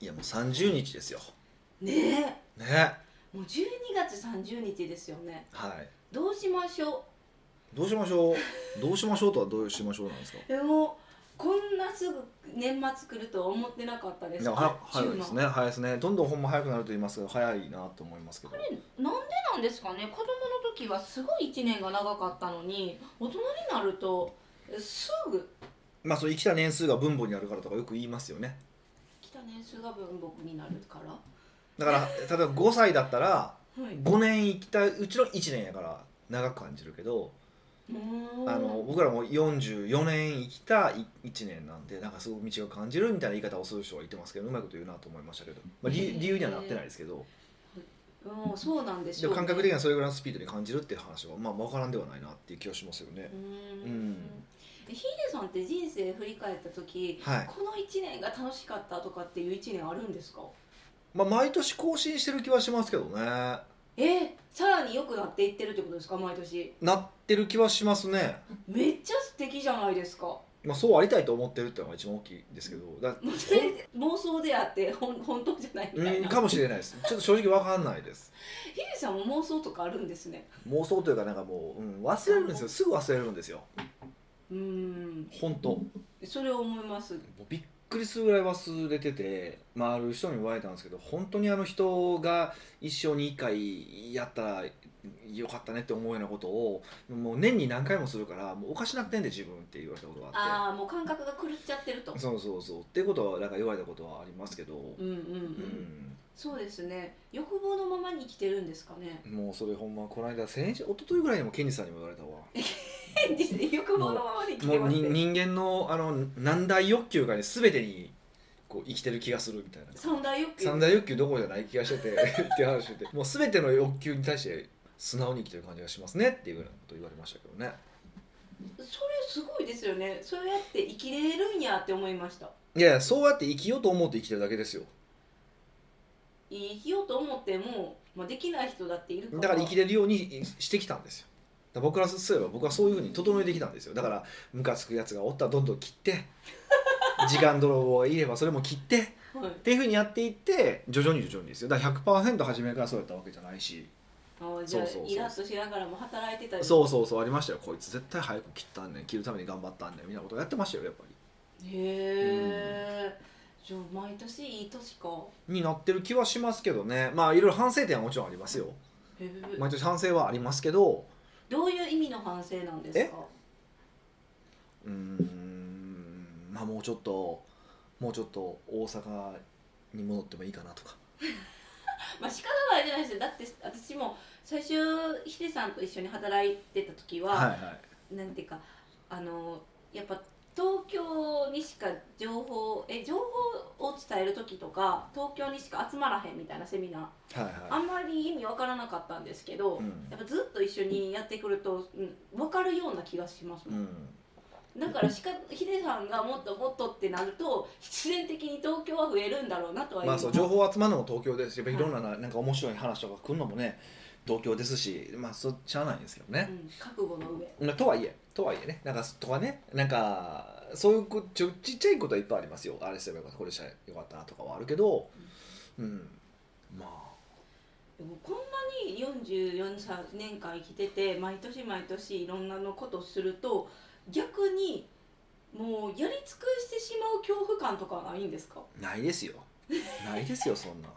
いやもう30日ですよねねえもう12月30日ですよねはいどうしましょどうしましょうどうしましょうとはどうしましょうなんですかうでもこんなすぐ年末来るとは思ってなかったでいすやは早い週でのすね早いですねどんどんほんま早くなると言いますけど早いなと思いますけどこれなんでなんですかね子供の時はすごい1年が長かったのに大人になるとすぐまあそう生きた年数が分母になるからとかよく言いますよね来た年数が分母になるからだから例えば5歳だったらはい5年生きたうちの1年やから長く感じるけどあの僕らも44年生きた1年なんでなんかすごく道が感じるみたいな言い方をする人は言ってますけどうまいこと言うなと思いましたけど、まあ、理へ由ー理由にはなってないですけどうんそうなんでしでょうもね感覚的にはそれぐらいのスピードに感じるっていう話はまあ分からんではないなっていう気はしますよねう。ーうんんえヒデさんって人生振り返った時はいこの1年が楽しかったとかっていう1年あるんですかまあ、毎年更新してる気はしますけどねなえさらに良くなっていってるってことですか毎年ってる気はしますね、めっちゃ素敵じゃないですかまあ、そうありたいと思ってるっていうのが一番大きいですけどだもうそれ妄想であってほん本当じゃないみたいうんなかもしれないですちょっと正直分かんないですヒデさんも妄想とかあるんですね妄想というかなんかもう、うん、忘れるんですよすぐ忘れるんですようーん本当それを思いますもうびっくりするぐらい忘れてて、まあ、ある人に言われたんですけど本当にあの人が一生に1回やったらよかったねって思うようなことをもう年に何回もするからもうおかしなってんで自分って言われたことがあっああもう感覚が狂っちゃってるとてそうそうそうっていうことはなんか言われたことはありますけど、うんうんうん、うそうですね欲望のままに生きてるんですかねん、もうそれほんまこの間先週一昨日ぐらいにもケニーさんにも言われたわ 欲望のままに生きてもうますにね人間のあの何大欲求がね全てにこう生きてる気がするみたいな三大欲求三大欲求どころじゃない気がしててっていう話しててもう全ての欲求に対して素直に生きてる感じがしますねっていうようなこと言われましたけどねそれすごいですよねそうやって生きれるんやって思いましたいやいやそうやって生きようと思って生きてるだけですよ生きようと思っても、まあ、できない人だっているからだから生きれるようにしてきたんですよだから僕らすれば僕はそういうふうに整えてきたんですよだからムカつくやつがおったらどんどん切って時間泥棒がいればそれも切ってっはい、ていうふうにやっていって徐々に徐々にですよだから100%初めからそうやったわけじゃないしああじゃあそうそうそうイラッとしながらも働いてたりそうそうそうありましたよこいつ絶対早く切ったんねん切るために頑張ったんねんみたいなことやってましたよやっぱり。へえ、じゃあ毎年いい年かになってる気はしますけどねまあいろいろ反省点はもちろんありますよへえ毎年反省はありますけどどういう意味の反省なんですかうーんまあもうちょっともうちょっと大阪に戻ってもいいかなとかまあ仕方ないじゃないですよだって私も最初ヒデさんと一緒に働いてた時は、はいはいなんていうかあのやっぱ東京にしか情報え情報を伝える時とか東京にしか集まらへんみたいなセミナーはいあはんまり意味わからなかったんですけど、いうんやっぱずっと一緒にやってくると、うん、分かるような気がしますもうんんだからしかヒデさんがもっともっとってなると必然的に東京は増えるんだろうなとはまあそう情報集まるのも東京ですしやっぱいはいろんなななんか面白い話とか来るのもね東京ですしまあそうしゃあないんですけどうね、ん、覚悟の上まあとはいえとはいえねなんかとかねなんかそういうこちょちっちゃいことはいっぱいありますよあれすればよかったこれしたらよかったなとかはあるけどうんまあでもこんなに44歳年間生きてて毎年毎年いろんなのことをすると逆にもうやり尽くしてしまう恐怖感とかはないんですかないですよないですよそんな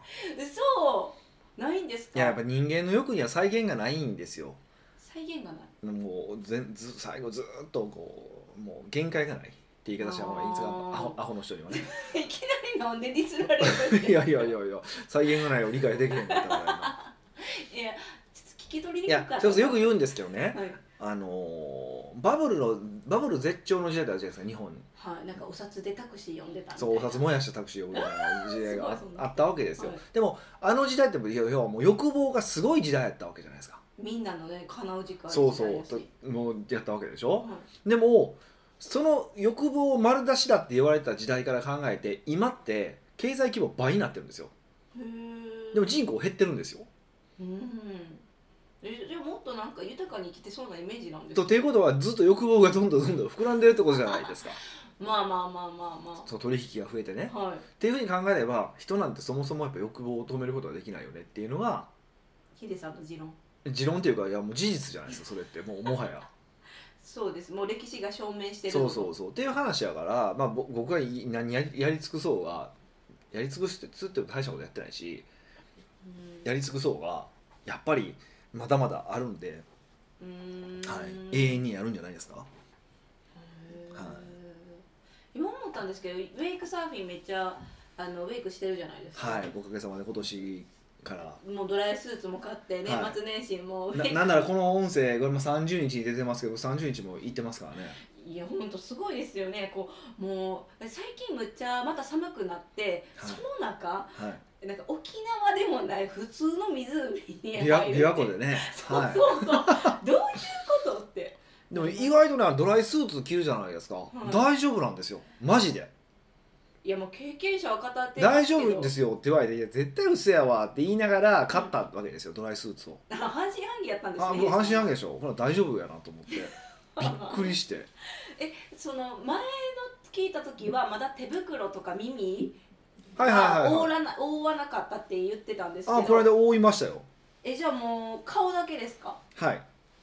そうないんですいかややっぱ人間の欲には再現がないんですよ再現がないもう全ず最後ずーっとこうもう限界がないって言い方した方がいいんですがあーアホアホの人にはね い きなり飲んでディスられるいやいやいやいや再現がないを理解できへんかったからいやちょっと聞き取りいにくかやったそうそうよく言うんですけどねはい、あのーバブルのバブル絶頂の時代だったじゃないですか日本はい、なんかお札でタクシー呼んでたみたいそうおな札燃やしたタクシーをみたいな時代があすごいあったわけですよ、はいでもあの時代って要はもう欲望がすごい時代やったわけじゃないですかみんなのね叶う時間そうそ時代うだしはいともうやったわけでしょ、でもその欲望を丸出しだって言われた時代から考えて今って経済規模倍になってるんですよへーでも人口減ってるんですよ。うんえじゃあもっとなんか豊かに生きてそうなイメージなんですとということはずっと欲望がどんどんどんどん膨らんでるってことじゃないですか。まあまあまあまあまその取引が増えてねあはいっていうふうに考えれば人なんてそもそもやっぱ欲望を止めることはできないよねっていうのがヒデさんの持論持論っていうかいやもう事実じゃないですかそれってもうもはや。そうですもう歴史が証明してるそうそうそうっていう話やから、まあ、ぼ僕がい何やりやり尽くそうがやり尽くしてつって大したことやってないしうんやり尽くそうがやっぱりまだまだあるんで、うーんはい、永遠にやるんじゃないですかへーはい今思ったんですけどウェイクサーフィンめっちゃあのウェイクしてるじゃないですか、はいおかげさまで今年 からもうドライスーツも買って年末年始もウェイなクなんならこの音声これも30日に出てますけど30日も行ってますからねいや本当すごいですよねこうもう最近むっちゃまた寒くなって、はいその中はいなんか沖縄でもない普通の湖に入琵琶る琵琶湖でね、そうはそうそう、どういうことってい、でも意外とねドライスーツ着るじゃないですか、い大丈夫なんですよマジでいやもう経験者は語って大丈夫ですすよって言われて「いや絶対嘘やわ」って言いながら買ったわけですよドライスーツをけどあ半信半疑やったんですあね僕半信半疑でしょほら大丈夫やなと 思ってびっくりしてえその前の聞いた時はまだ手袋とか耳はいはいはい、覆はい、らな覆わなかったって言ってたんですけどあこれで覆いましたよえじゃあもう顔だけですかはい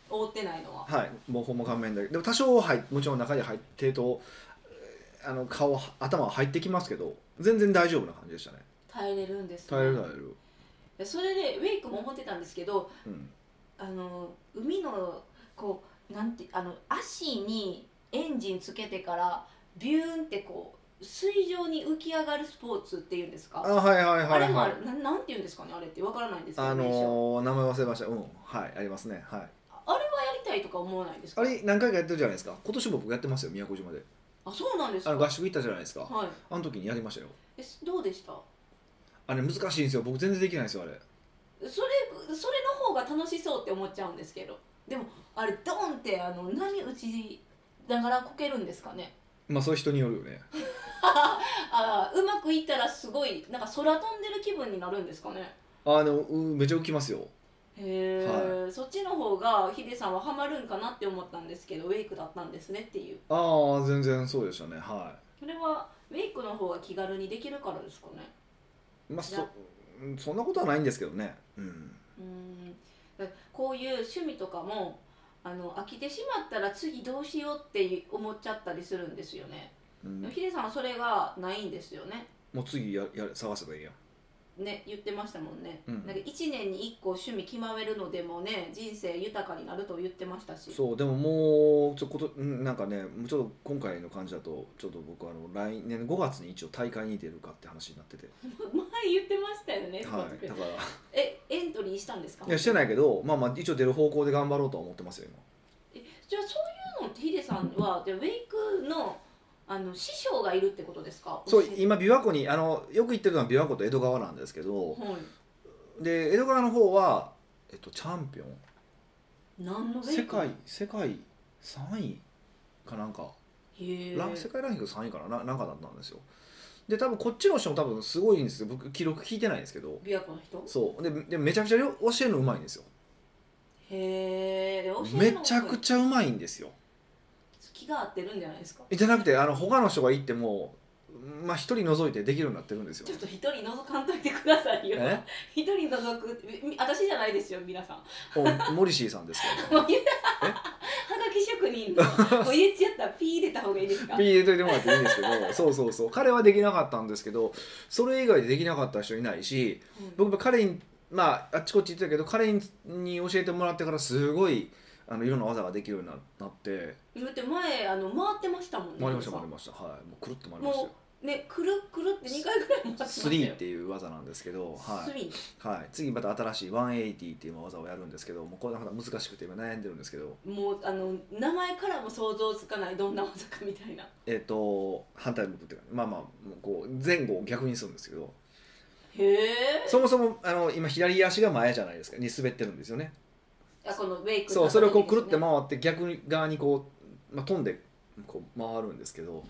覆ってないのははいもうほんま顔面だけどでも多少はいもちろん中に入ってとえーあの顔頭は入ってきますけど全然大丈夫な感じでしたね耐えれるんですね耐える耐えるでそれでウェイクも思ってたんですけどうんあの海のこうなんてあの足にエンジンつけてからビューンってこう水上に浮き上がるスポーツっていうんですかあはいはいあはれいもあはいる、なんなんて言うんですかねあれってわからないんですけど、あ名称のー名前忘れましたうんはいありますねはいああれはやりたいとか思わないんですかあれ何回かやってるじゃないですか今年も僕やってますよ宮古島であそうなんですあかの合宿行ったじゃないですかはいあの時にやりましたよえどうでしたあれ難しいんですよ僕全然できないんですよあれそれそれの方が楽しそうって思っちゃうんですけどでもあれドンってあの何打ちながらこけるんですかねまあそういう人によるよねあーうまくいったらすごいなんか空飛んでる気分になるんですかねあのうんめちゃ浮きますよへえ、そっちの方がヒデさんはハマるんかなって思ったんですけどウェイクだったんですねっていうああ全然そうでしたねはそれはウェイクの方が気軽にできるからですかねいまあいそやうんそんなことはないんですけどねうんうーんこういう趣味とかもあの飽きてしまったら次どうしようって思っちゃったりするんですよね、うんヒデさんはそれがないんですよねもう次やや探せばいいやんね言ってましたもんね、うんなんか1年に1個趣味決まれるのでもね人生豊かになると言ってましたしそうでももうちょっとことうんなんかねもうちょっと今回の感じだとちょっと僕あの来年5月に一応大会に出るかって話になってて前言ってましたよね、はいだからえエントリーしたんですかいやしてないけどまあまあ一応出る方向で頑張ろうとは思ってますよ今えじゃあそういうのってヒデさんはでウェイクのあの師匠がいるってことですかそう教えて今琵琶湖にあのよく行ってるのは琵琶湖と江戸川なんですけどはで江戸川の方は、えっと、チャンピオンい何のウェイク世界世界3位かなんかへえラン世界ランキング3位かなななんかだったんですよで多分こっちの人も多分すごいんですよ僕記録聞いてないんですけど琵琶湖の人そうででめちゃくちゃ教えるのうまいんですよへえめちゃくちゃちゃうまいんですよ気が合ってるんじゃないですかじゃなくてあの他の人が行ってもまあ一人除いてできるようになってるんですよちょっと一人覗かんといてくださいよえ 一人覗くみ私じゃないですよ皆さんおモリシーさんですけどもう言うはがき職 人のもう言っちゃったピー入れた方がいいですかピー入れといてもらっていいんですけ どそうそうそう彼はできなかったんですけどそれ以外でできなかった人いないしうん僕も彼にまああっちこっち行ってたけど彼にに教えてもらってからすごいあのいろんな技ができるようにななってだって前あの回ってましたもんね回りました回りましたはいもうくるっと回りましたよもうねくるくるって2回ぐらい回ってましたよ3っていう技なんですけど、はスリーいはい、次また新しい180っていう技をやるんですけどもうこれなかなか難しくて今悩んでるんですけどもうあの名前からも想像つかないどんな技かみたいなえっ、と反対向くっていうかまあまあもうこう前後を逆にするんですけどへえそもそもあの今左足が前じゃないですかに滑ってるんですよねあこのウェイクそうそれをこうくるってま回って逆側にこう、まあ、飛んでこう回るんですけど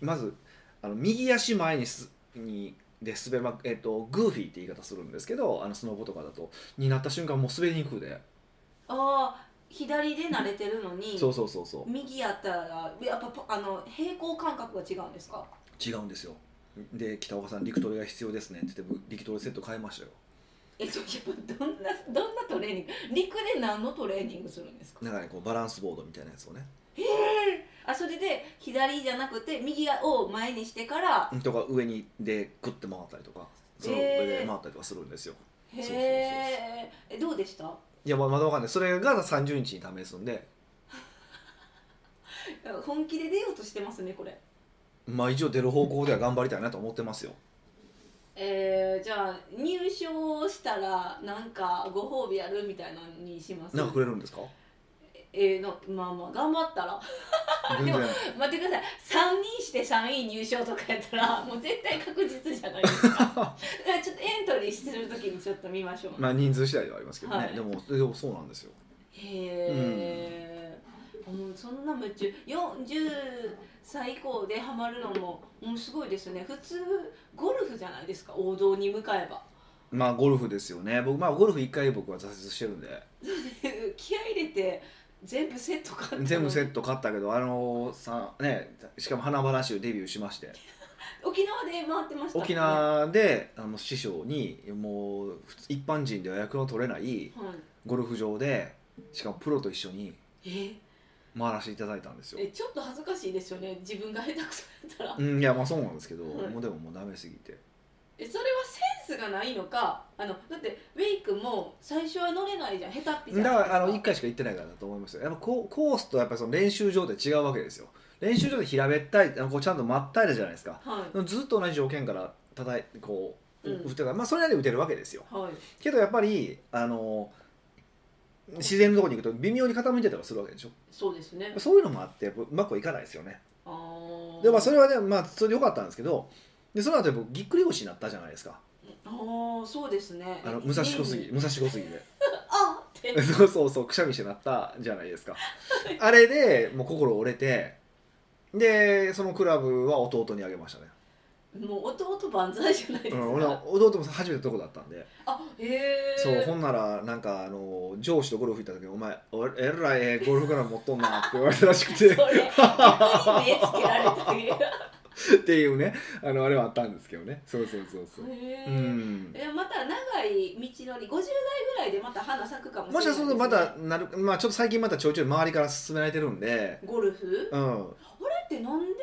まずあの右足前にすにで滑ば、えっとグーフィーって言い方するんですけどあのスノボとかだとになった瞬間もう滑りにくくでああ左で慣れてるのにそうそうそうそ右やったらやっぱポあの平行感覚が違うんですかう違うんですよで北岡さん陸トレが必要ですねって言って僕陸トレセット変えましたよえそういやどんなどんなトレーニング陸で何のトレーニングするんですか中にこうバランスボードみたいなやつをねあそれで左じゃなくて右を前にしてからとか上にでグッて回ったりとかそのへー上で回ったりとかするんですよ、へそうそうそうそうええどうでしたいやまあまだわかんないそれが30日に試すんで本気で出ようとしてますねこれまあ一応出る方向では頑張りたいなと思ってますよえー、じゃあ入賞したらなんかご褒美やるみたいなのにしますなんかくれるんですかえー、のまあまあ頑張ったら 全然待ってください3人して3位入賞とかやったらもう絶対確実じゃないですかだ からちょっとエントリーするときにちょっと見ましょう、まあ人数次第ではありますけどね、はいでもでもそうなんですよへえ、もうそんな夢中40歳以降でハマるのももうすごいですね普通ゴルフじゃないですか王道に向かえば まあゴルフですよね僕まあゴルフ1回僕は挫折してるん で気合い入れて全部セット買ったのに全部セット買ったけどあのさねしかも華々しゅうデビューしま して沖縄で回ってましたもんね沖縄であの師匠にもう普通一般人では役の取れないはいゴルフ場でしかもプロと一緒にえ回らせていただいたんですよえ、ちょっと恥ずかしいですよね自分が下手くそやったら、うん、いやまあそうなんですけど、はいもうでももうダメすぎてえそれはセンスがないのかあのだってウェイクも最初は乗れないじゃん下手っぴじゃだなかいですらあの1回しか行ってないからだと思いますよやっぱコーコースとやっぱりその練習場で違うわけですよ練習場で平べったいあのこうちゃんとまったいじゃないですかはずっと同じ条件から叩いこう、うん打てたまあそれなりに打てるわけですよいはいけどやっぱりあの自然のところに行くと微妙に傾いてたりするわけでしょそうですねそういうのもあってやっぱうまくいかないですよねあーでまあそれはねまあそれでよかったんですけどでその後やっぱぎっくり腰になったじゃないですかああそうですねあの武蔵小杉武蔵小杉であってそうそうそうくしゃみしてなったじゃないですかあれでもう心折れてでそのクラブは弟にあげましたね、もう弟万歳じゃないですうか、ん、俺は弟も初めてのとこだったんで、あへえそうほんならなんかあの上司とゴルフ行った時に「お前おえらいええゴルフクラブ持っとんな」って言われたらしくて それ逆に目つけら れたりっていうねあのあれはあったんですけどねそうそうそうそう、へうえ、ん、えまた長い道のり50代ぐらいでまた花咲くかもしれなもいしかするとですねまたなる、まあ、ちょっと最近またちょいちょい周りから勧められてるんでゴルフうんこれってなんで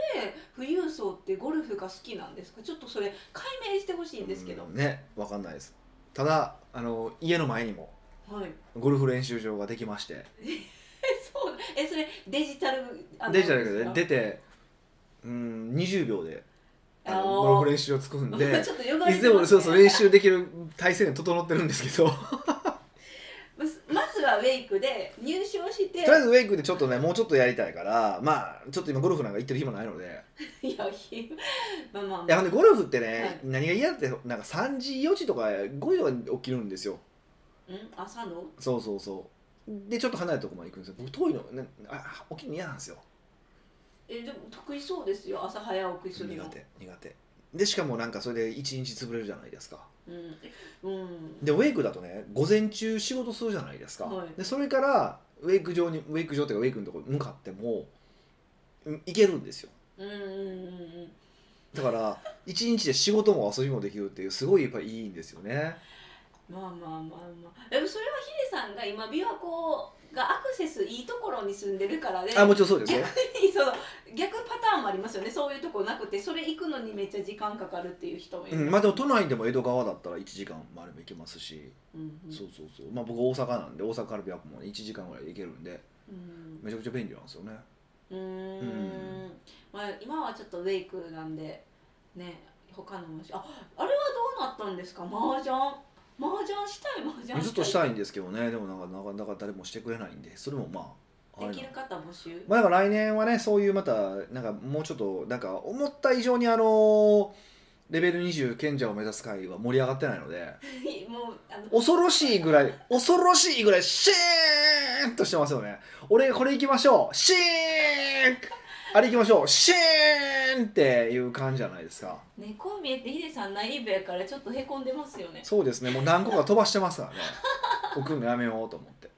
富裕層ってゴルフが好きなんですかちょっとそれ解明してほしいんですけど、うんねわかんないですただあの家の前にもはいゴルフ練習場ができましてえそうえそれデジタルあのデジタルですでか出てうん20秒であのあーゴルフ練習場作るんで ちょっとよがいれつてでます、もね、そうそう練習できる体制に整ってるんですけ どとまずまずはウェイクで入賞してりあえずウェイクでちょっとねもうちょっとやりたいからまあちょっと今ゴルフなんか行ってる暇ないのでいやひまあまあまあいやほんでゴルフってね、はい何が嫌ってなんか3時4時とか5時とかに起きるんですようん朝のそうそうそうでちょっと離れたとこまで行くんですよ僕遠いの、ね、あ起きるの嫌なんですよえでも得意そうですよ朝早起きす苦るの手苦手でしかもなんかそれで1日潰れるじゃないですかうん、うん、でウェイクだとね午前中仕事するじゃないですか、はいでそれからウェイク場にウェイク場っていうかウェイクのところに向かってもうん行けるんですようんうんうんだから1 日で仕事も遊びもできるっていうすごいやっぱいいんですよねまあまあまあまあでもそれはヒデさんが今琵琶湖がアクセスいいところに住んでるからであもちろんそうです逆よに その逆パターンもありますよねそういうとこなくてそれ行くのにめっちゃ時間かかるっていう人もいる、うん、まあでも都内でも江戸川だったら1時間もあれば行けますし、うんうんそうそうそうまあ僕大阪なんで大阪から琵琶湖も1時間ぐらいで行けるんでうんめちゃくちゃ便利なんですよねうーんまあ、今はちょっとウェイクなんでね他のもしああれはどうなったんですか麻雀麻雀したい麻雀ずっとしたいんですけどねでもなんかなかなか誰もしてくれないんでそれもまああれなできる方募集まあ、だから来年はねそういうまたなんかもうちょっとなんか思った以上にあのレベル20賢者を目指す会は盛り上がってないので もうあの恐ろしいぐらい恐ろしいぐらいシーンとしてますよね俺これ行きましょうシーンあれ行きましょうシーンっていう感じじゃないですかねこう見えてヒデさんナイーブやからちょっとへこんでますよねそうですねもう何個か飛ばしてますからね送るのやめようと思って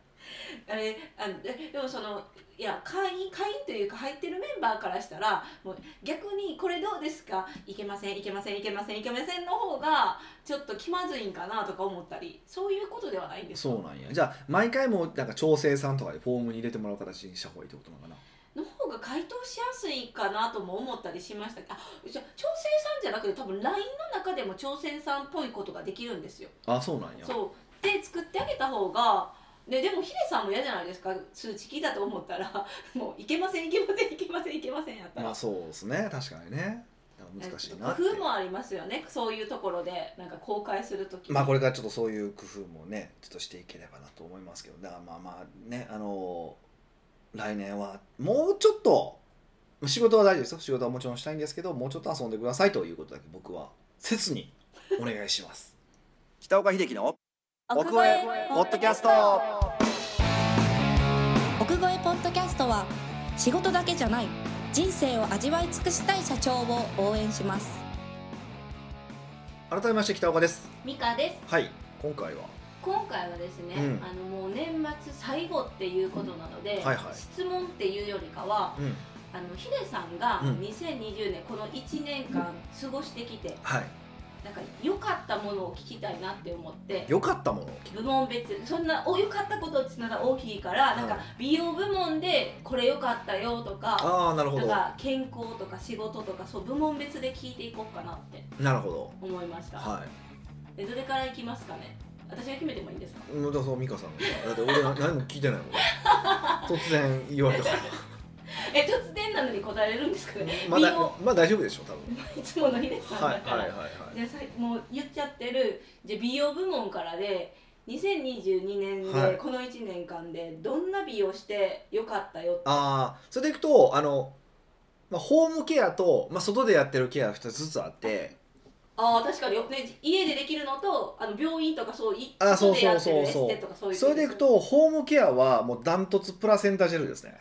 あれあででもそのいや会員会員というか入ってるメンバーからしたらもう逆にこれどうですかいけませんいけませんいけませんいけませんの方がちょっと気まずいんかなとか思ったりそういうことではないんですかそうなんやじゃあ毎回もなんか調整さんとかでフォームに入れてもらう形にした方がいいってことなのかなの方が回答しやすいかなとも思ったりしましたあじゃあ調整さんじゃなくて多分 LINE の中でも調整さんっぽいことができるんですよあそうなんやそうで作ってあげた方がででもヒデさんも嫌じゃないですか数値聞いたと思ったらもういけませんいけませんいけませんいけませんやったら、まあそうですね確かにねなんか難しいなって工夫もありますよねそういうところでなんか公開するときまあこれからちょっとそういう工夫もねちょっとしていければなと思いますけどだからまあまあねあの来年はもうちょっと仕事は大事ですよ仕事はもちろんしたいんですけどもうちょっと遊んでくださいということだけ僕は切にお願いします 北岡秀樹の奥越えポッドキャスト奥越えポッドキャストは仕事だけじゃない人生を味わい尽くしたい社長を応援します改めまして北岡ですミカですはい今回は今回はですね、うんあのもう年末最後っていうことなので、うんはいはい質問っていうよりかはうんあのヒデさんがうん2020年この1年間過ごしてきて、はいなんか良かったものを聞きたいなって思って良かったもの部門別そんなお良かったことってなら大きいからなんはかい美容部門でこれ良かったよとかああなるほなんどか健康とか仕事とかそう部門別で聞いていこうかなってなるほど思いました、はいでどれからいきますかね私が決めてもいいんですかうんだからそう美香さんがだって俺な何も聞いてないもん俺突然言わ れたからえ突然なのに答えれるんですかね、まあ、美だ容まあ大丈夫でしょう多分いつものヒデさんはいだから、はいはいじゃあさもう言っちゃってるじゃあ美容部門からで2022年で、はいこの1年間でどんな美容して良かったよああそれでいくとあの、まあ、ホームケアと、まあ、外でやってるケア2つずつあってああ確かによ、ね、家でできるのとあの病院とかそういあー外でやってるそうそうそうそうエステとかそういうそれでいくとホームケアはもうダントツプラセンタジェルですね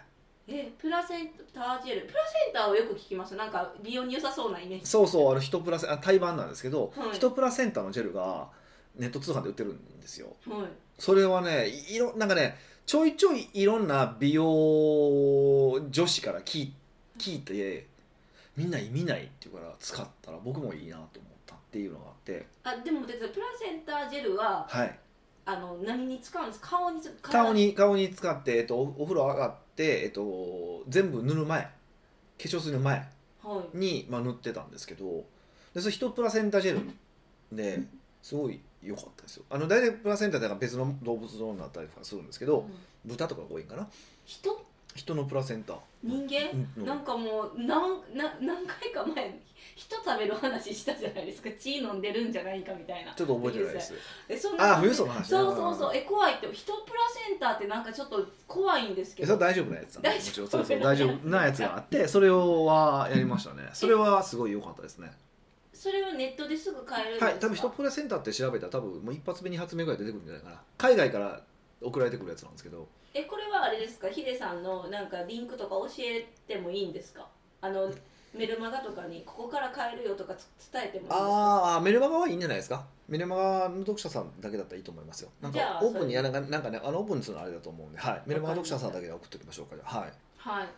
えプラセンタージェルプラセンターをよく聞きますなんか美容に良さそうなイメー ジそうそうあの1プラセンあ対バンなんですけど、はい1プラセンタのジェルがネット通販で売ってるんですよはいそれはねいいろなんかねちょいちょいいろんな美容女子から聞い聞いてみんな意味ないっていうから使ったら僕もいいなと思ったっていうのがあってあでも待ってくださいプラセンタージェルははいあの何に使うんですか顔に顔に顔に使って、えっと、おお風呂上がって、えっと、全部塗る前化粧水の前はいに、まあ、塗ってたんですけどでそれ1プラセンタジェルですごい良かったですよあの大体プラセンタってなんか別の動物のになったりとかするんですけど、うん豚とかが多いんかな人人のプラセンタ人間うんなんかもうなんな何回か前に人食べる話したじゃないですか血飲んでるんじゃないかみたいなちょっと覚えてないですえそんなああ富裕層の話ねそうそうそうえ怖いって人プラセンターってなんかちょっと怖いんですけえそれど大丈夫なやつだね大丈夫もちろんそうそう大丈夫なやつがあってそれをはやりましたねそれはすごい良かったですねそれはネットですぐ買えるんですかはい多分ヒトプラセンターって調べたら多分もう一発目二発目ぐらい出てくるんじゃないかな海外から送られてくるやつなんですけどえこれはあれですかヒデさんのなんかリンクとか教えてもいいんですかあのメルマガとかにここから買えるよとかつ伝えてもいいんですかああメルマガはいいんじゃないですかメルマガの読者さんだけだったらいいと思いますよなんじゃかあオープンにそやれなんかなんかねあのオープンにするのあれだと思うんで、はい、メルマガ読者さんだけで送っておきましょうかじゃあはいはい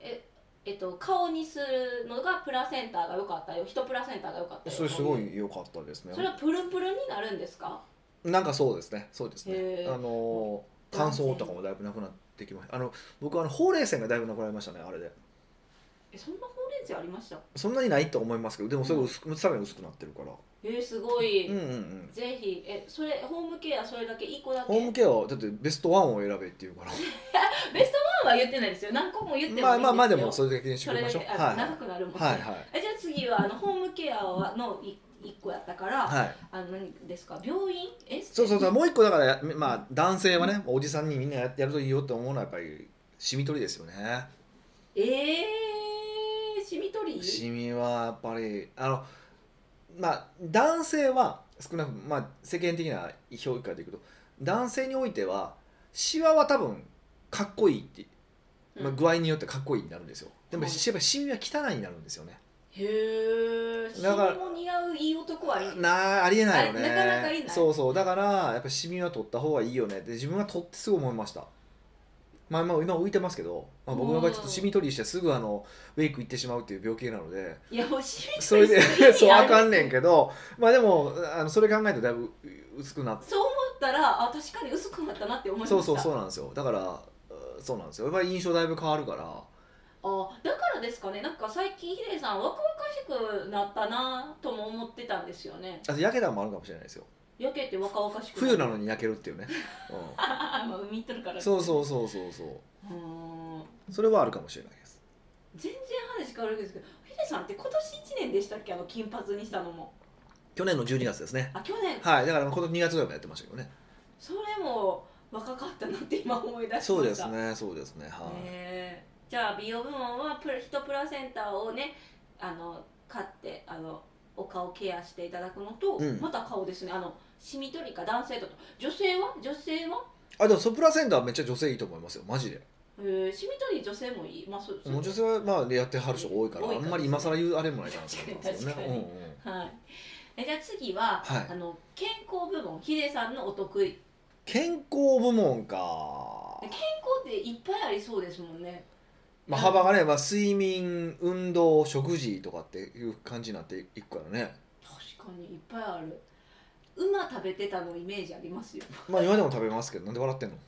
ええっと顔にするのがプラセンターが良かったよ人プラセンターが良かったよそれすごい良かったですねそれはプルンプルンになるんですかなんかそうですねそうですへねーあのー乾燥とかもだいぶなくなってきましたあの僕はあのほうれい線がだいぶなくなりましたねあれでえそんなほうれん草ありましたそんなにないと思いますけどでもそれが薄くさらに薄くなってるからえー、すごい、うんうんうんぜひえそれホームケアそれだけ一個だけホームケアはだってベストワンを選べっていうからベストワンは言ってないですよ何個も言ってもいいん ですよまあまあまあでもそれだけにしてそおきれまだしけょう。あはい長くなるもんね、はいはいえじゃあ次はあのホームケアはのい一個やったから、はい。あの何ですか病院えそうそうそうもう一個だからまあ男性はねおじさんにみんなややるといいよって思うのはやっぱりシミ取りですよね。えー、シミ取りシミはやっぱりあのまあ男性は少なくまあ世間的な評価でいくと男性においてはシワは多分かっこいいって、まあ、うん具合によってかっこいいになるんですよ。でもうやんっぱシミは汚いになるんですよね。へえシミだからも似合ういい男はいいなあありえないよねあれなかなかいないそうそうだからやっぱシミは取った方がいいよねって自分は取ってすぐ思いましたまあまあ今浮いてますけど、まあ、僕の場合ちょっとシミ取りしてすぐあのウェイク行ってしまうっていう病気なのでいや欲しいそれで そうあかんねんどけどまあでもあのそれ考えるとだいぶ薄くなってそう思ったらあ確かに薄くなったなって思いましたそうそうそうなんですよだからうそうなんですよやっぱり印象だいぶ変わるからあだからですかねなんか最近ヒデさん若々しくなったなとも思ってたんですよねあと焼けたのもあるかもしれないですよやけて若々しく冬なのにに焼けるっていうね、 まあ海行っとるかうん、らそうそううそうそうそううーんそれはあるかもしれないです全然話変わるんですけどヒデさんって今年1年でしたっけあの金髪にしたのも去年の12月ですねあ去年はいだからこの2月ぐらいもやってましたけどねそれも若かったなって今思い出しましたそうですねそうですねはい、ねえじゃあ美容部門はプラヒトプラセンタをねあの買ってあのお顔ケアしていただくのと、うんまた顔ですねあのシミ取りか男性だと女性は女性は、あでもソプラセンターはめっちゃ女性いいと思いますよマジでえー、シミ取り女性もいいまあそそもう女性はまあねやってはる人多いから多いからあんまり今更言うあれもないかなと思いますよ確かね、にうんうん、はいえじゃあ次は、はいあの健康部門ヒデさんのお得意健康部門か健康っていっぱいありそうですもんねまあ、幅がね、まあ、睡眠運動食事とかっていう感じになっていくからね確かにいっぱいある馬食べてたのイメージありますよ まあ今でも食べますけどなんで笑ってんのも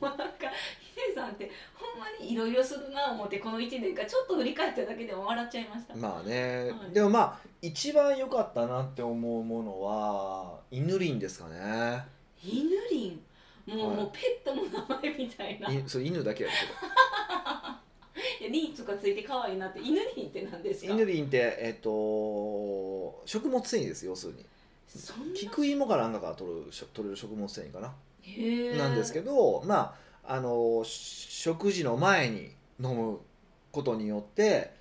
うなんかヒデさんってほんまにいろいろするな思ってこの1年間ちょっと振り返っただけでも笑っちゃいました、まあね、はいでもまあ一番良かったなって思うものは犬輪ですかね犬輪もう,、はいもうペットの名前みたいないいそれ犬だけややリンとかついて可愛いなって犬輪って何ですけかど犬輪ってえっ、と食物繊維ですよ要するにそんな菊芋かなんかから取るしょ取れる食物繊維かな、へなんですけどどまああのし食事の前に飲むことによって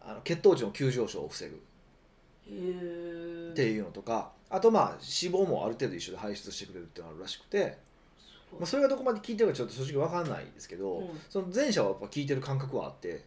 あの血糖値の急上昇を防ぐへえっていうのとかあとまあ脂肪もある程度一緒で排出してくれるっていうのがあるらしくて、まあ、それがどこまで効いてるかちょっと正直わかんないですけど、うんその前者はやっぱ効いてる感覚はあって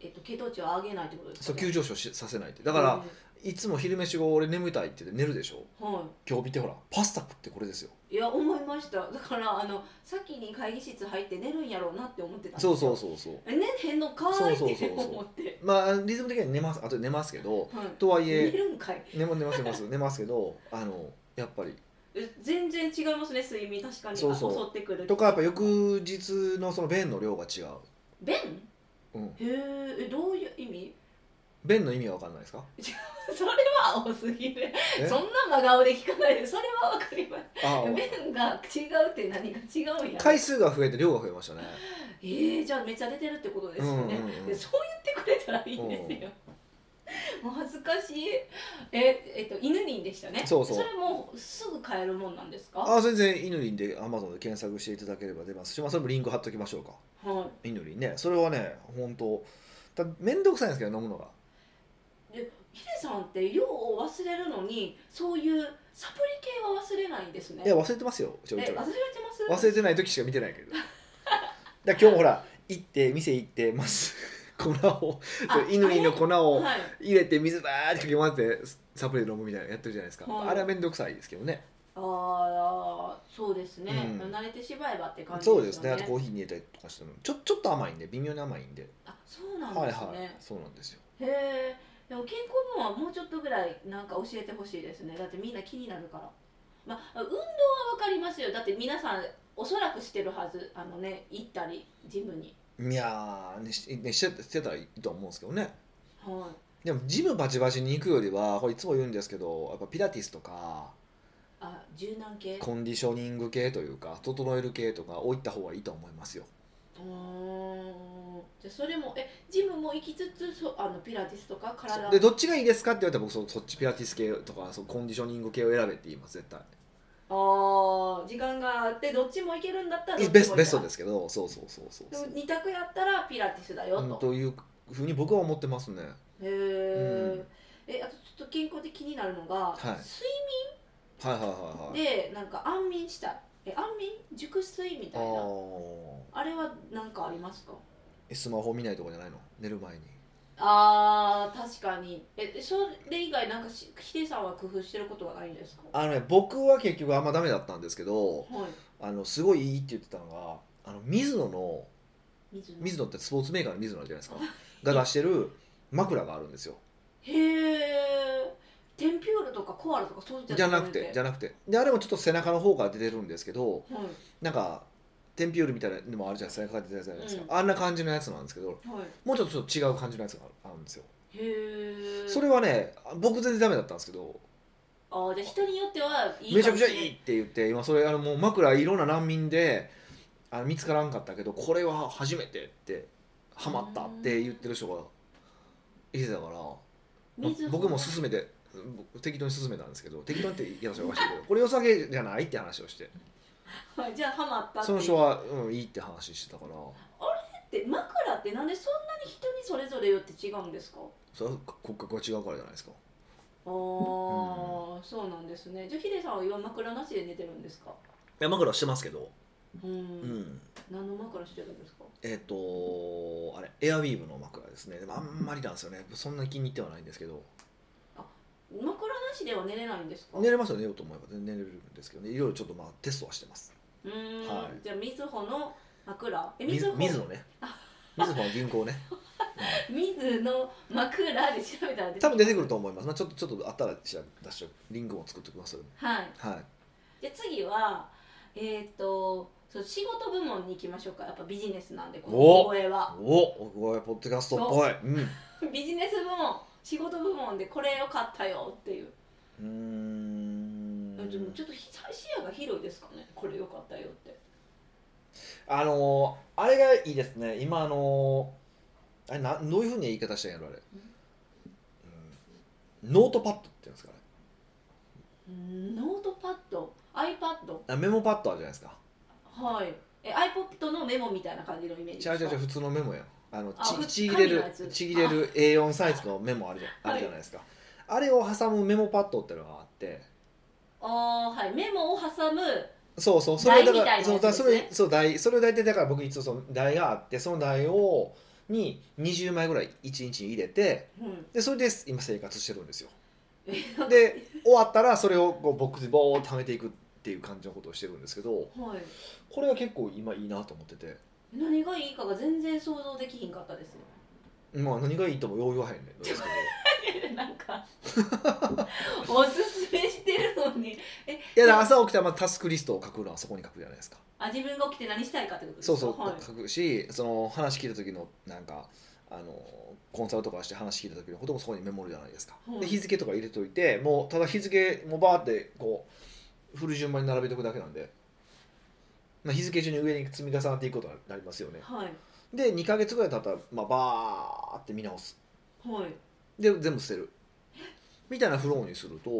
えっと血糖値を上げないってことですかそうね急上昇しさせないってだから、いつも昼飯後俺眠たいって言って寝るでしょうんは今日見てほらパスタ食ってこれですよいいや思いましただからあの先に会議室入って寝るんやろうなって思ってたんですそようそうそうそう寝へんのかーいってそうそうそうそう思ってまあリズム的には寝ますあとで寝ますけどはいとはい寝えるんかい寝も寝ます寝ます寝ますけどあのやっぱりえ全然違いますね睡眠確かにそうそう襲ってくるとかやっぱ翌日のその便の量が違う、便うん、へーえどういう意味 便の意味は分かんないですかそれは青すぎるえそんな真顔で聞かないでそれはわかりますあ便が違うって何が違うんや回数が増えて量が増えましたねえー、じゃあめっちゃ出てるってことですよね、うんうんうんでそう言ってくれたらいいんですよ、もう恥ずかしいええっと犬にんでしたねそうそうそれもすぐ買えるもんなんですかあ全然イヌリンでアマゾンで検索していただければ出ますし、まあ、それもリンク貼っときましょうかはいイヌリンねそれはね本当た面倒くさいんですけど飲むのがヒデさんって量を忘れるのにそういうサプリ系は忘れないんですねいや忘れてますよちょいえち忘れてょいます忘れてない時しか見てないけどだから今日ほら行って店行ってます粉をあそうイヌリンの粉をはい入れて水バーってかき混ぜてサプリで飲むみたいなのやってるじゃないですか、はいあれは面倒くさいですけどねああそうですね、うん慣れてしまえばって感じそうですねあよとコーヒーに入れたりとかしてもちょちょっと甘いんで微妙に甘いんであそうなんはいですね、はいそうなんですよへえでも健康部門はもうちょっとぐらいなんか教えてほしいですねだってみんな気になるからまあ運動はわかりますよだって皆さんおそらくしてるはずあのね行ったりジムにいやーねし,、ね、してしてたらいいと思うんですけどねはでもジムバチバチに行くよりはこれいつも言うんですけどやっぱピラティスとかいあ柔軟系コンディショニング系というか整える系とか置いた方がいいと思いますようーんじゃあそれもえジムも行きつつそあのピラティスとか体でどっちがいいですかって言われたら僕そそっちピラティス系とかそうコンディショニング系を選べって言います絶対あー時間があってどっちも行けるんだったらどっちもベ行スけベストですけどそうそうそうそうでそもう二択やったらピラティスだようんとというふうに僕は思ってますねへーうんえあとちょっと健康で気になるのが、はいはいはいはいはい睡眠でなんか安眠したいえ安眠熟睡みあたいなーあれは何かありますかえスマホ見ないとかじゃないの寝る前にあー確かにえそれ以外なんかしヒデさんは工夫してることはないんですかはあのね僕は結局あんまダメだったんですけどいあのすごいいいって言ってたのがあの水野の水野水野ってスポーツメーカーの水野じゃないです かが出してる枕があるんですよへえテンピュールとかコアラとかそうじゃじゃなくてじゃなくてであれもちょっと背中の方から出てるんですけどはいなんかテンピュールみたいなのもあるじゃない背中から出てるやつじゃないですか、うあんな感じのやつなんですけどはいもうちょっとちょっと違う感じのやつがあるあるんですよへえそれはね僕全然ダメだったんですけどあーじゃあ人によってはいいめちゃくちゃいかもしれいなって言って今それあのもう枕いろんな難民であの見つからんかったけどこれは初めてってハマったって言ってる人がいてたから、まあ水野僕も勧めて僕適当に勧めたんですけど適当にって言い方がおかしいけどこれ良さげじゃないって話をしてはいじゃあハマったってそいうの人は、うん、いいって話してたからで枕ってなんでそんなに人にそれぞれよって違うんですかそれは骨格が違うからじゃないですかあーそうなんですねじゃあヒデさんは今枕なしで寝てるんですかいや枕はしてますけど、うんうん、何の枕してるんですかえっ、とあれエアウィーヴの枕ですねでもあんまりなんですよねそんな気に入ってはないんですけど枕なしでは寝れないんですか寝れますよ寝ようと思えば全然寝れるんですけどねいろいろちょっとまあテストはしてますうーん、はいじゃあみずほの枕えみみずずほ水野ね水野は銀行ねみずの枕で調べたら出てきます多分出てくると思います、まあ、ちょっとちょっとあったら調べ出してリングを作っておきますはいはいじゃあ次はえーっとそう仕事部門に行きましょうかやっぱビジネスなんでこのお声は おおおいポッドキャストっぽいうんビジネス部門仕事部門でこれ良かったよっていううーんでもちょっとひ視野が広いですかねこれ良かったよってあのーあれがいいですね今あのーあれなどういうふうに言い方したんやろあれ、うん、ノートパッドって言うんですかねうんノートパッド iPad あメモパッドあるじゃないですかはいえ iPod のメモみたいな感じのイメージ違う違う違うう普通のメモやんあのあちふちぎれ紙るのやつちぎれる A4 サイズのメモあるじゃんあるじゃないですか、あれを挟むメモパッドっていうのがあってあーはいメモを挟むそうそうそれだ台みかたいらなそうやつでだすそねれそう台それを大体だから僕いつもその台があってその台をに20枚ぐらい1日に入れてうんでそれで今生活してるんです よえで終わったらそれをこうボックスにボーッと貯めていくっていう感じのことをしてるんですけどはいこれは結構今いいなと思ってて、何がいいかが全然想像できひんかったですよ まあ、何がいいともよう言わへんねんですけどなんか おすすめしてるのにいやだから朝起きたらまあタスクリストを書くのはそこに書くじゃないですかあ自分が起きて何したいかってことですそかうそう、はい、書くしその話聞いた時のなんかあのコンサルとかして話聞いた時のこともそこにメモるじゃないですか、はいで日付とか入れといてもうただ日付もうバーってこう振る順番に並べておくだけなんで、まあ、日付中に上に積み重なっていくことになりますよねはいで2ヶ月ぐらい経ったら、まあ、バーって見直すはいで全部捨てるみたいなフローにすると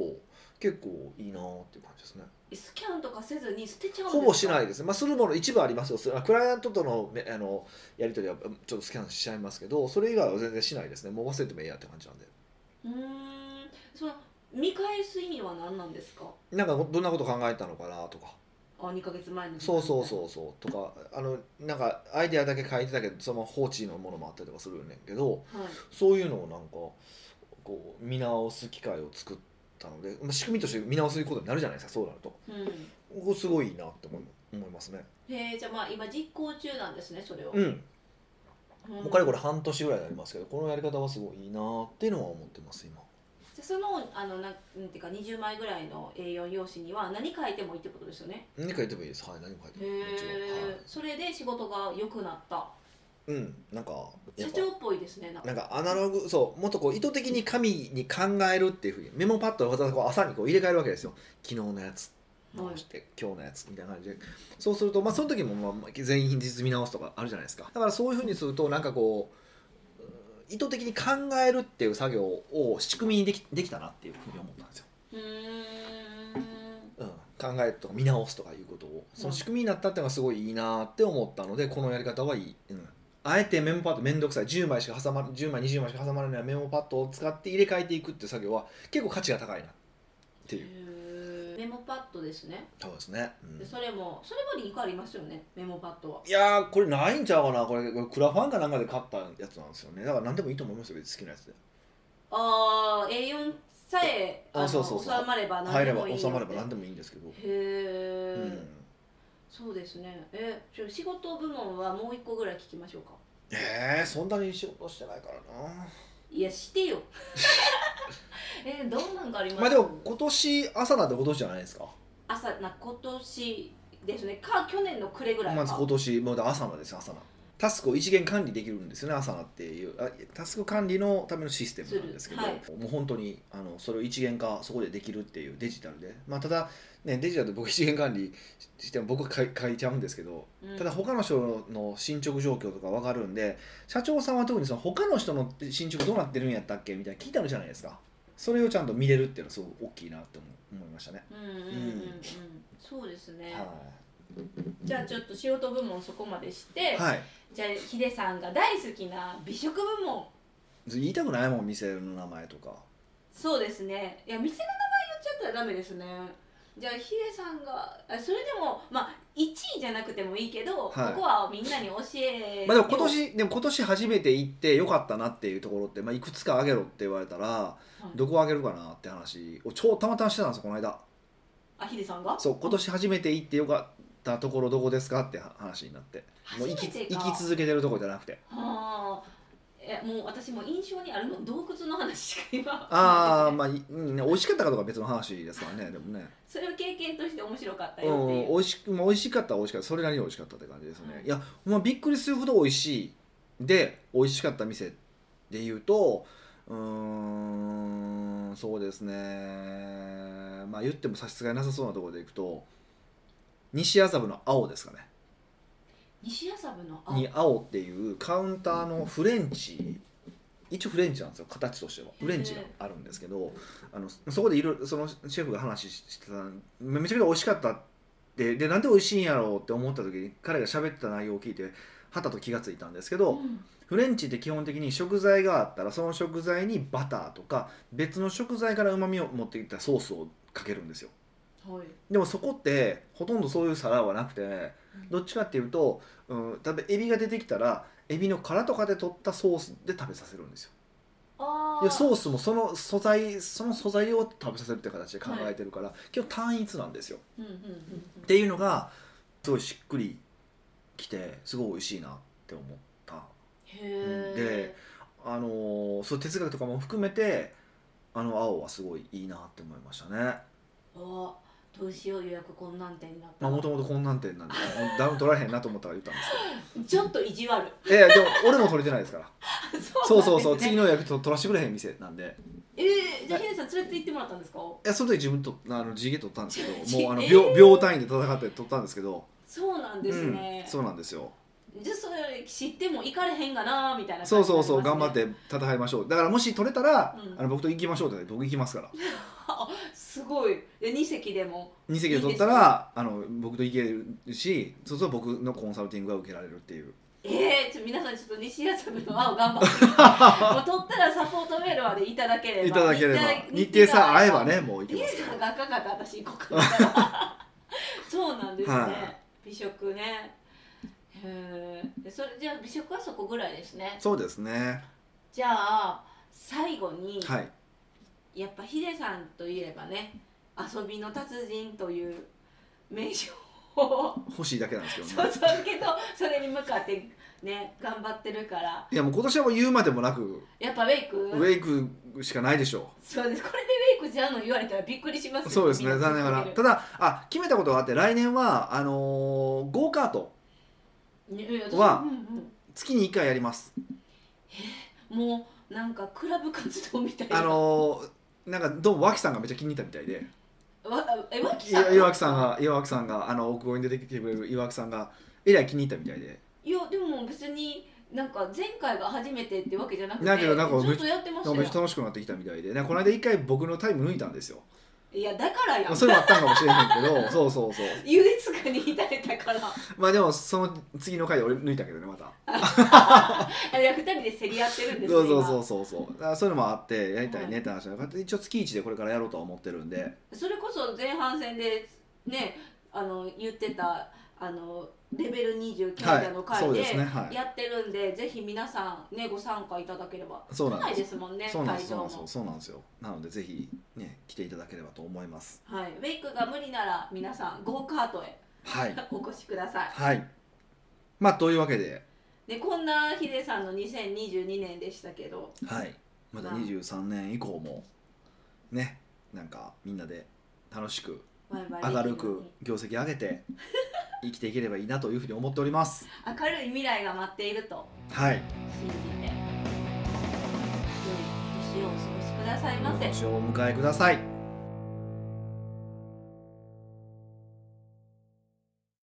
結構いいなーっていう感じですねえスキャンとかせずに捨てちゃうんですほかぼしないいですね、まあ、するもの一部ありますよすあクライアントとのめあのやり取りはちょっとスキャンしちゃいますけどそれ以外は全然しないですねもう忘れてもいいやって感じなんでうーんその見返す意味は何なんですかなんかどんなこと考えたのかなとかあ2ヶ月前のそうそううそうそうとかあのなんかアイデアだけ書いてたけどその放置のものもあったりとかするんねんけどはいそういうのをなんかこう見直す機会を作ったので、まあ、仕組みとして見直すことになるじゃないですかそうなるとうんここすごいいいなって思い思いますねへえじゃあまあ今実行中なんですねそれを、うんうんもうかれこれ半年ぐらいになりますけどこのやり方はすごいいいなっていうのは思ってます今じゃあそのあのなんなんていうか20枚ぐらいの A4 用紙には何書いてもいいってことですよね何書いてもいいですはい何も書いてへもいいもちろん、はえい、それで仕事が良くなったうんなんかや社っ長ぱっぽいですねなんかなんかアナログそうもっとこう意図的に紙に考えるっていうふうにメモパッドをわざわざこう朝にこう入れ替えるわけですよ昨日のやつは直いして今日のやつみたいな感じでそうするとまあその時もまあまあ全員実見直すとかあるじゃないですかだからそういうふうにするとなんかこううん意図的に考えるっていう作業を仕組みにできできたなっていうふうに思ったんですようーんうん、考えとか見直すとかいうことをその仕組みになったっていうのがすごいいいなって思ったのでこのやり方はいい、うん、あえてメモパッド面倒くさい10枚しか挟ま10枚20枚しか挟まらないメモパッドを使って入れ替えていくっていう作業は結構価値が高いなっていうへーメモパッドですね、そうですね、うんでそれもそれもリンクありますよねメモパッドはいやーこれないんちゃうかなこれクラファンかなんかで買ったやつなんですよねだから何でもいいと思いますよ別に好きなやつでああ A4 さえああのそうそうそう収まれば入何でれもばいい収まればな何んでもいいんですけど、へえ、うんそうですねえちょ仕事部門はもう一個ぐらい聞きましょうかえー、そんなに仕事してないからないやしてよ えどんなんがありますまあでも今年朝なんて今年じゃないですか朝な今年ですねか去年の暮れぐらいか、まず今年もう朝のですよ朝のタスクを一元管理できるんですよね朝のっていうあタスク管理のためのシステムなんですけどはいもう本当にあのそれを一元化そこでできるっていうデジタルで、まあ、ただ、ね、デジタルで僕一元管理ししても僕は書い書いちゃうんですけどうんただ他の人の進捗状況とか分かるんで社長さんは特にその他の人の進捗どうなってるんやったっけみたいな聞いたのじゃないですかそれをちゃんと見れるっていうのはすごく大きいなって思思いましたね、うんうんうんうん、うんそうですね、はじゃあちょっと仕事部門そこまでして、い、はい、じゃあヒデさんが大好きな美食部門言いたくないもん店の名前とかそうですねいや店の名前言っちゃったらダメですねじゃあヒデさんがあそれでもまあ1位じゃなくてもいいけど、はいここはみんなに教えまあでも今年でも今年初めて行ってよかったなっていうところって、まあ、いくつかあげろって言われたらいどこあげるかなって話を超たまたましてたんですよこの間あヒデさんがそう今年初めて行ってよかったところどこですかって話になっても初うめ行きてか行き続けてるとこじゃなくてはあえもう私も印象にあるの洞窟の話しか今ああまあ、いうんね、美味しかったかとかは別の話ですからねでもね、それを経験として面白かったうよっていん、う、美味しく、まあ、美味しかったは美味しかったそれなりに美味しかったって感じですね、はいいや、まあ、びっくりするほど美味しいで美味しかった店で言うとうーんそうですねまあ言っても差し支えなさそうなところでいくと西麻布の青ですかね西麻布の青に青っていうカウンターのフレンチ一応フレンチなんですよ形としてはフレンチがあるんですけどあのそこでいろいろそのシェフが話してためめちゃくちゃ美味しかったってでなんで美味しいんやろうって思った時に彼が喋ってた内容を聞いてはたと気がついたんですけど、うんフレンチって基本的に食材があったらその食材にバターとか別の食材からうまみを持ってきたソースをかけるんですよはいでもそこってほとんどそういう皿はなくてどっちかっていうと、うん、例えばエビが出てきたらエビの殻とかで取ったソースで食べさせるんですよあいやソうースもその素材その素材を食べさせるって形で考えてるから、結構単一なんですようんうんうんっていうのがすごいしっくりきてすごい美味しいなって思ったうん、へえであのーそう哲学とかも含めてあの青はすごいいいなって思いましたねあどうしよう予約困難点になったまあもともとこんなんてなんで ダウン取られへんなと思ったから言ったんですちょっと意地悪 けどいやいやでも俺も取れてないですからそうそうそう、なんです次ねの予約と取らせてくれへん店なんでえー、じゃあヒデさん連れて行ってもらったんですかいやその時自分とあの地毛取ったんですけどもうあのえー秒秒単位で戦って取ったんですけどそうなんですねうん、、そうなんですよじゃあそれ知っても行かれへんがなみたいなそ感うじにそなうりますね、そう頑張って戦いましょうだからもし取れたら、うんあの僕と行きましょうって言って僕行きますからすごいで2席でも2席で取ったらあの僕と行けるしそうすると僕のコンサルティングが受けられるっていうえー、ちょ皆さんちょっと西麻布の青頑張ってもう取ったらサポートメールまでいただければいただければいただ日程さえ合えば日ねもう行け程ますさえか合えばらねが赤かったら私行こうかみたいな そうなんですね、はい美食ねへーでそれじゃあ美食はそこぐらいですねそうですねじゃあ最後に、はいやっぱヒデさんといえばね遊びの達人という名称を欲しいだけなんですけどねそうそうけどそれに向かってね頑張ってるからいやもう今年はもう言うまでもなくやっぱウェイクウェイクしかないでしょそうですこれでウェイクじゃんの言われたらびっくりしまうすよそうですね みん残念ながらただあ決めたことがあって来年はあのーゴーカートいやいや私はうんうん月に1回やりますもうなんかクラブ活動みたいなあのーなんかどうも脇さんがめっちゃ気に入ったみたいでわえわきいさんや岩木さんが岩木さんがあの奥越えに出てきてくれる岩木さんがえらい気に入ったみたいでいやでも別になんか前回が初めてってわけじゃなくてだけどなんかずっとやってなんましかためっちゃよ楽しくなってきたみたいでなんかこの間1回僕のタイム抜いたんですよいやだからやんそれもあったんかもしれへんけどそうそうそう優越感に至れたからまあでもその次の回で俺抜いたけどねまたあれは二人で競り合ってるんですそうそうそううそうそうだからそういうのもあってやりたいねって話があって一応月1でこれからやろうとは思ってるんでそれこそ前半戦でねあの言ってたあのレベル29はい者の回そうでですねはいやってるんで、ぜひ皆さんねご参加いただければそう少ななんいでですすもんねそう会なんですそうなんで場すよもそうなんですよなのでぜひね来ていただければと思います はいウェイクが無理なら皆さんゴーカートへはいお越しくださいはいまあというわけで、でこんなヒデさんの2022年でしたけどはい、まだまあ23年以降もねなんかみんなで楽しくバイバイ明るく業績上げ て生きていければいいなというふうに思っております明るい未来が待っているとはい信じて良い年をお過ごしくださいませお年をお迎えください